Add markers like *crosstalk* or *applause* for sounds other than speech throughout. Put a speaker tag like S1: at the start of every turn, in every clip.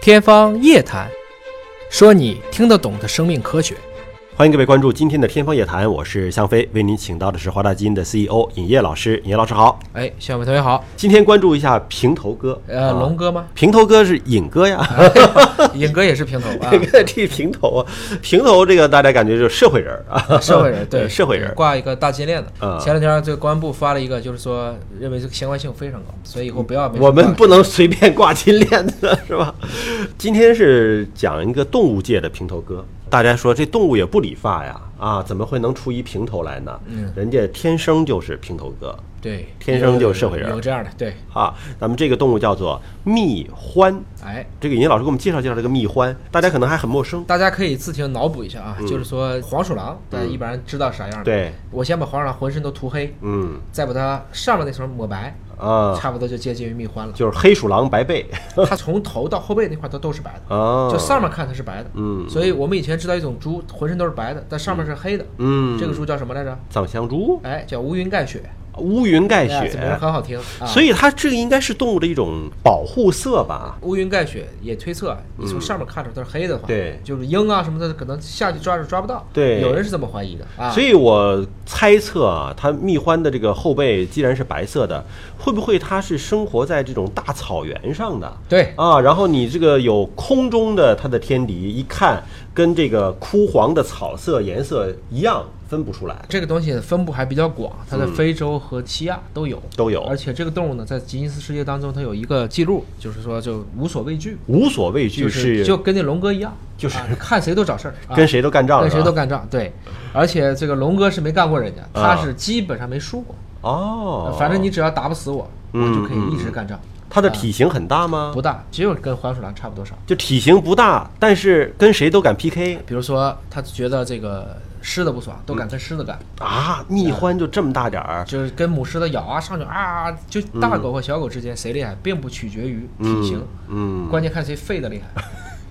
S1: 天方夜谭，说你听得懂的生命科学。
S2: 欢迎各位关注今天的《天方夜谭》，我是向飞，为您请到的是华大基因的 CEO 尹烨老师。尹烨老师好，
S1: 哎，小伟同学好，
S2: 今天关注一下平头哥，
S1: 呃，
S2: 啊
S1: 龙哥
S2: *laughs*
S1: 吗？
S2: 平头哥是尹
S1: *laughs*
S2: 哥呀，
S1: 尹哥也是平头
S2: *laughs*
S1: 啊，
S2: 这个剃平头啊，平头这个大家感觉就是社会人儿
S1: *laughs*
S2: 啊，
S1: 社会人对
S2: 社会人儿
S1: 挂一个大金链子。
S2: 啊
S1: 前两天这个公安部发了一个，就是说认为这个相关性非常高，所以以后不要没事
S2: 我们
S1: 挂
S2: 不能随便挂金链子，是吧？今天是讲一个动物界的平头哥，大家说这动物也不理发呀，啊，怎么会能出一平头来呢？
S1: 嗯
S2: 人家天生就是平头哥
S1: 对，
S2: 天生就是社会人
S1: 有有这样的对，
S2: 啊。咱们这个动物叫做蜜獾，
S1: 哎。
S2: 这个尹烨老师给我们介绍介绍这个蜜獾，大家可能还很陌生。
S1: 大家可以自行脑补一下啊，就是说黄鼠狼，大家一般知道啥样的。
S2: 嗯对，
S1: 我先把黄鼠狼浑身都涂黑，
S2: 嗯
S1: 再把它上面那层抹白，
S2: 啊，
S1: 差不多就接近于蜜獾了。
S2: 就是黑鼠狼白背
S1: 它从头到后背那块它都是白的，
S2: 啊，
S1: 就上面看它是白的。
S2: 嗯
S1: 所以我们以前知道一种猪浑身都是白的，但上面是黑的。
S2: 嗯，
S1: 这个猪叫什么来着？
S2: 藏香猪
S1: 哎，叫乌云盖雪。
S2: 乌云盖
S1: 哎呀
S2: 雪
S1: 怎么，样很好听啊。
S2: 所以它这个应该是动物的一种保护色吧？
S1: 乌云盖雪也推测，啊你从上面看着它是黑的话，
S2: 嗯对
S1: 就是鹰啊什么的，可能下去抓是抓不到。
S2: 对
S1: 有人是这么怀疑的啊。
S2: 所以我猜测啊，它蜜獾的这个后背既然是白色的，会不会它是生活在这种大草原上的？
S1: 对，
S2: 啊，然后你这个有空中的它的天敌，一看跟这个枯黄的草色颜色一样，分不出来。
S1: 这个东西分布还比较广，它在非洲和西亚都有，
S2: 嗯都有
S1: 而且这个动物呢，在吉尼斯世界当中，它有一个记录，就是说就无所畏惧，
S2: 无所畏惧
S1: 就是就跟那龙哥一样，
S2: 就是
S1: 啊看谁都找事儿，啊
S2: 跟谁都干仗，
S1: 跟谁都干
S2: 干。
S1: 仗。对，而且这个龙哥是没干过人家，
S2: 啊
S1: 他是基本上没输过，
S2: 哦，
S1: 反正你只要打不死我，
S2: 嗯
S1: 我就可以一直干仗，
S2: 它的体型很大吗？
S1: 不大，只有跟黄鼠狼差不多少。
S2: 就体型不大，但是跟谁都敢 PK
S1: 比如说，他觉得这个狮子不爽，都敢跟狮子干，
S2: 啊！蜜獾就这么大点儿，
S1: 就是跟母狮子咬啊上去啊，就大狗和小狗之间谁厉害，并不取决于体型，
S2: 嗯，
S1: 关键看谁吠的厉害，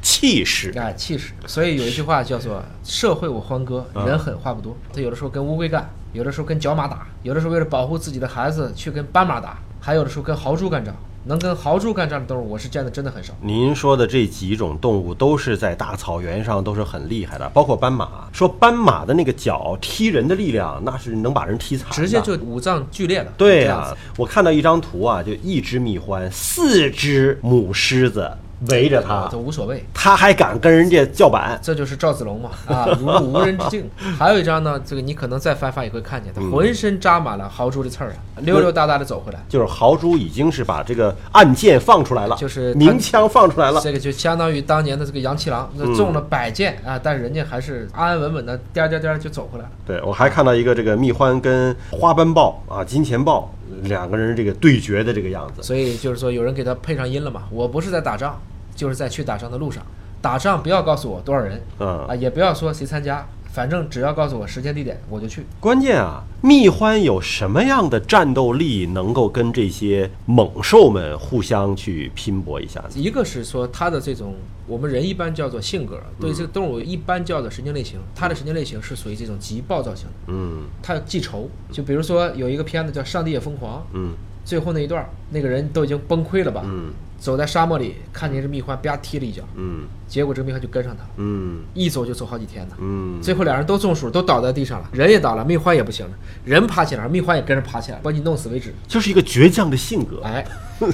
S2: 气势
S1: 啊，气势。所以有一句话叫做“社会我欢歌，
S2: 啊
S1: 人狠话不多”。他有的时候跟乌龟干，有的时候跟角马打，有的时候为了保护自己的孩子去跟斑马打，还有的时候跟豪猪干仗。能跟豪猪干仗的动物，我是见的真的很少。
S2: 您说的这几种动物都是在大草原上都是很厉害的，包括斑马。说斑马的那个脚踢人的力量，那是能把人踢残的。
S1: 直接就五脏俱裂了。
S2: 对
S1: 这
S2: 呀、
S1: 样子
S2: 我看到一张图啊，就一只蜜獾，四只母狮子围着它
S1: 都，啊无所谓。
S2: 它还敢跟人家叫板。
S1: 这就是赵子龙嘛，啊，如入无人之
S2: *laughs*
S1: 境。还有一张呢，这个你可能再翻翻也会看见，他浑身扎满了豪猪的刺儿啊，溜溜达达的走回来。
S2: 嗯就是豪猪已经是把这个暗箭放出来了，
S1: 就是它
S2: 鸣枪放出来了，
S1: 这个就相当于当年的这个杨七郎，那中了百箭
S2: 嗯
S1: 啊，但是人家还是安安稳稳的颠儿颠儿颠儿就走回来了。
S2: 对我还看到一个这个蜜獾跟花斑豹啊、金钱豹两个人这个对决的这个样子，
S1: 所以就是说，有人给他配上音了嘛，我不是在打仗，就是在去打仗的路上。打仗不要告诉我多少人，
S2: 嗯
S1: 啊，也不要说谁参加，反正只要告诉我时间地点，我就去。
S2: 关键啊，蜜獾有什么样的战斗力能够跟这些猛兽们互相去拼搏一下呢？
S1: 一个是说它的这种我们人一般叫做性格，
S2: 嗯
S1: 对这个动物一般叫做神经类型，它的神经类型是属于这种极暴躁型的，
S2: 嗯
S1: 它要记仇。就比如说有一个片子叫《上帝也疯狂》，
S2: 嗯
S1: 最后那一段儿，那个人都已经崩溃了吧，
S2: 嗯
S1: 走在沙漠里，看见这蜜獾，啪踢了一脚，
S2: 嗯
S1: 结果这个蜜獾就跟上他了，
S2: 嗯
S1: 一走就走好几天呢。
S2: 嗯，
S1: 最后两人都中暑，都倒在地上了，人也倒了，蜜獾也不行了，人爬起来，蜜獾也跟着爬起来，把你弄死为止。
S2: 就是一个倔强的性格。 *laughs*
S1: 哎，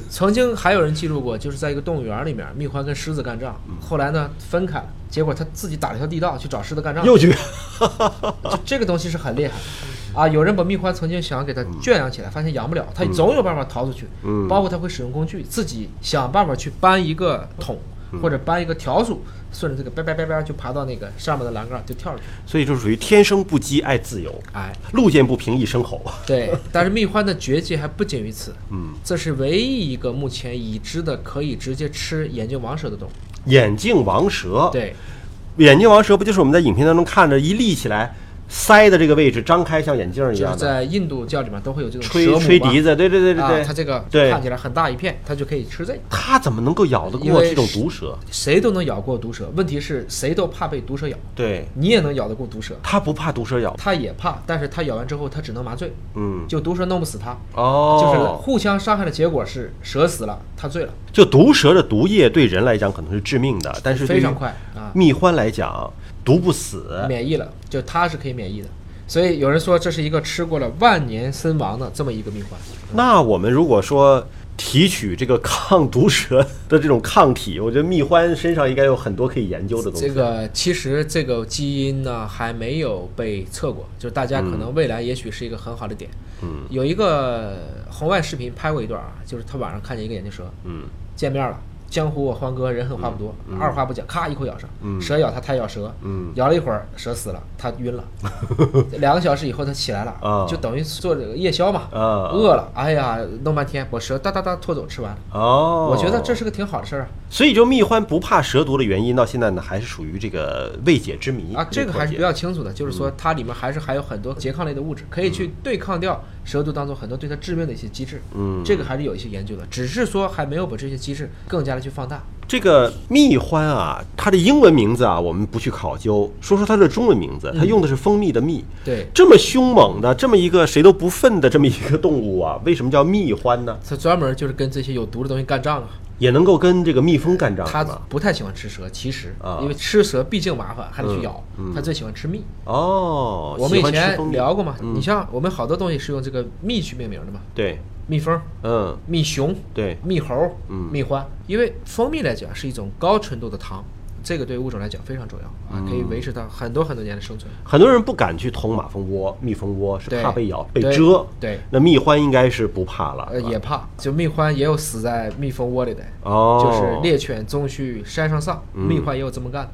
S1: 曾经还有人记录过，就是在一个动物园里面，蜜獾跟狮子干仗，
S2: 嗯
S1: 后来呢分开了，结果他自己打了一条地道去找狮子干仗，
S2: 又倔，
S1: 就这个东西是很厉害的啊！有人把蜜獾曾经想给它圈养起来，发现养不了，它总有办法逃出去，
S2: 嗯
S1: 包括它会使用工具，自己想办法去搬一个桶。
S2: 嗯
S1: 或者搬一个笤帚，顺着这个叭叭叭叭就爬到那个上面的栏杆儿就跳上去。
S2: 所以就属于天生不羁，爱自由，
S1: 哎，
S2: 路见不平一声吼。
S1: 对，但是蜜獾的绝技还不仅于此，嗯，这是唯一一个目前已知的可以直接吃眼镜王蛇的动物。
S2: 眼镜王蛇，
S1: 对，
S2: 哦眼镜王蛇不就是我们在影片当中看着一立起来，腮的这个位置张开像眼镜一
S1: 就
S2: 样
S1: 是
S2: 的，
S1: 在印度教里面都会有这种
S2: 吹
S1: 蛇母
S2: 吹
S1: 吧
S2: 笛子，对对对对对，
S1: 啊，它这个
S2: 对
S1: 看起来很大一片，它就可以吃这个。
S2: 它怎么能够咬得
S1: 因
S2: 过
S1: 为
S2: 这种
S1: 是
S2: 毒蛇？
S1: 谁都能咬过毒蛇，问题是谁都怕被毒蛇咬，
S2: 对，
S1: 你也能咬得过毒蛇，
S2: 它不怕毒蛇咬，
S1: 它也怕，但是它咬完之后它只能麻醉，
S2: 嗯，
S1: 就毒蛇弄不死它，就是
S2: 哦，
S1: 互相伤害的结果是蛇死了，它醉了，
S2: 就毒蛇的毒液对人来讲可能是致命的，但是对
S1: 非
S2: 于
S1: 常快啊，嗯
S2: 蜜獾来讲，毒不死，
S1: 免疫了，就它是可以免疫的。所以有人说这是一个吃过了万年身亡的这么一个蜜獾，
S2: 那我们如果说提取这个抗毒蛇的这种抗体，我觉得蜜獾身上应该有很多可以研究的东西。
S1: 这个其实这个基因呢还没有被测过，就是大家可能未来也许是一个很好的点。
S2: 嗯，
S1: 有一个红外视频拍过一段啊，就是他晚上看见一个眼镜蛇，
S2: 嗯，
S1: 见面了，江湖我欢哥人狠话不多，二话不讲，咔一口咬上，蛇咬他，他咬蛇，
S2: 嗯
S1: 咬了一会儿，蛇死了，他晕
S2: *laughs*
S1: 了，两个小时以后他起来
S2: 啊
S1: 了，就等于做这个夜宵嘛，
S2: 啊
S1: 饿了，哎呀，弄半天，我蛇哒哒哒拖走吃完了，
S2: 哦，
S1: 我觉得这，是个挺好的事儿啊。
S2: 所以就蜜獾不怕蛇毒的原因，到现在呢还是属于这个未解之谜
S1: 啊，这个还是比
S2: 不要
S1: 较清楚的，就是
S2: 嗯
S1: 说它里面还是含有很多拮抗类的物质，可以去对抗掉蛇毒当中很多对它致命的一些机制。
S2: 嗯
S1: 这个还是有一些研究的，只是说还没有把这些机制更加的去放大。
S2: 这个蜜獾啊，它的英文名字啊，我们不去考究，说说它的中文名字，它用的是蜂蜜的蜜。
S1: 对，
S2: 这么凶猛的，这么一个谁都不忿的这么一个动物啊，为什么叫蜜獾呢？
S1: 它专门就是跟这些有毒的东西干仗啊。
S2: 也能够跟这个蜜蜂干仗
S1: 它
S2: 是吗？
S1: 不太喜欢吃蛇，其实
S2: 啊
S1: 因为吃蛇毕竟麻烦，还得去咬
S2: 嗯嗯。
S1: 它最喜欢吃蜜。
S2: 哦，
S1: 我们以
S2: 喜欢吃蜂
S1: 前
S2: 蜜嗯
S1: 聊过嘛，你像我们好多东西是用这个蜜去命名的嘛，
S2: 对，
S1: 蜜蜂、
S2: 嗯，
S1: 蜜熊、
S2: 对，
S1: 蜜猴、
S2: 嗯
S1: 蜜獾，因为蜂蜜来讲是一种高纯度的糖，这个对物种来讲非常重要啊，
S2: 嗯
S1: 可以维持它很多很多年的生存。
S2: 很多人不敢去捅马蜂窝、蜜蜂窝，是
S1: 对
S2: 怕被咬、被
S1: 对
S2: 蛰。
S1: 对
S2: 那蜜獾应该是不怕了，
S1: 呃，
S2: 是吧
S1: 也怕，就蜜獾也有死在蜜蜂窝里的，
S2: 哦，嗯
S1: 就是猎犬、鬃须、山上丧，蜜獾也有这么干的。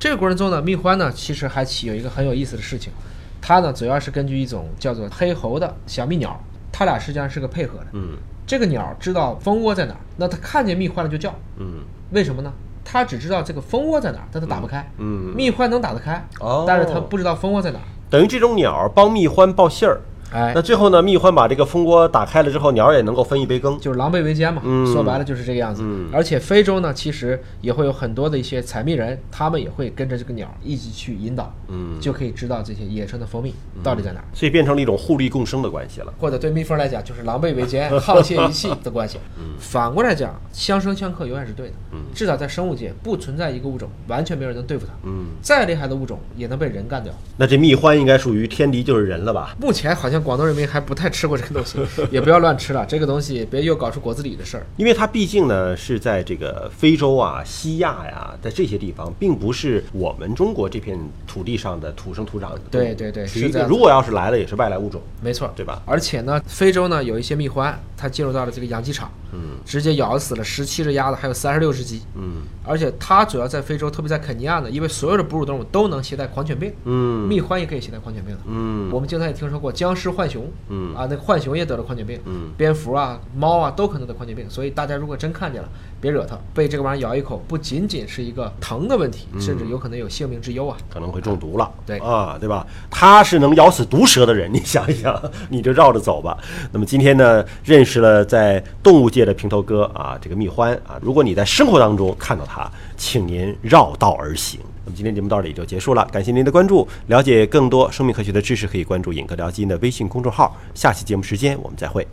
S1: 这个过程中呢，蜜獾呢其实还起有一个很有意思的事情，它呢主要是根据一种叫做黑喉的小蜜鸟，它俩实际上是个配合的。
S2: 嗯
S1: 这个鸟知道蜂窝在哪儿，那它看见蜜獾了就叫，
S2: 嗯
S1: 为什么呢？它只知道这个蜂窝在哪儿，但它打不开。
S2: 嗯，
S1: 蜜獾能打得开，
S2: 哦
S1: 但是它不知道蜂窝在哪儿。
S2: 等于这种鸟儿帮蜜獾报信儿。
S1: 哎
S2: 那，最后呢，蜜獾把这个蜂窝打开了之后，鸟儿也能够分一杯羹。
S1: 就是狼狈为奸嘛，
S2: 嗯
S1: 说白了就是这个样子。而且非洲呢，其实也会有很多的一些采蜜人，他们也会跟着这个鸟一起去引导，
S2: 嗯
S1: 就可以知道这些野生的蜂蜜到底在哪儿。
S2: 所以变成了一种互利共生的关系了。
S1: 或者对蜜蜂来讲，就是狼狈为奸、沆瀣一气的关系。反过来讲，相生相克永远是对的。至少在生物界，不存在一个物种完全没有人能对付它。
S2: 嗯，
S1: 再厉害的物种也能被人干掉。
S2: 那这蜜獾应该属于天敌就是人了吧？
S1: 目前好像广东人民还不太吃过这个东西，也不要乱吃了，这个东西别又搞出果子狸的事儿。
S2: 因为它毕竟呢是在这个非洲啊、西亚呀、在这些地方，并不是我们中国这片土地上的土生土长的动物。
S1: 对对对
S2: 属
S1: 是
S2: 于
S1: 这样子
S2: 如果要是来了，也是外来物种。
S1: 没错，
S2: 对吧
S1: 而且呢，非洲呢有一些蜜獾，它进入到了这个养鸡场，嗯，直接咬死了十七只鸭子，还有三十六只鸡，
S2: 嗯，
S1: 而且它主要在非洲，特别在肯尼亚呢，因为所有的哺乳动物都能携带狂犬病，
S2: 嗯
S1: 蜜獾也可以携带狂犬病的，
S2: 嗯，
S1: 我们经常也听说过僵尸浣熊，
S2: 嗯
S1: 啊，那个浣熊也得了狂犬病，
S2: 嗯，
S1: 蝙蝠啊、猫啊都可能得狂犬病，所以大家如果真看见了，别惹它，被这个玩意儿咬一口，不仅仅是一个疼的问题，
S2: 嗯
S1: 甚至有可能有性命之忧啊。
S2: 可能会中毒了，
S1: 对
S2: 啊，对吧？他是能咬死毒蛇的人，你想一想，你就绕着走吧。 *laughs* 那么今天呢，认识了在动物界的平头哥啊，这个蜜獾啊，如果你在生活当中看到它，请您绕道而行。那么今天节目到这里就结束了，感谢您的关注。了解更多生命科学的知识，可以关注“影哥聊基因”的微信公众号。下期节目时间我们再会。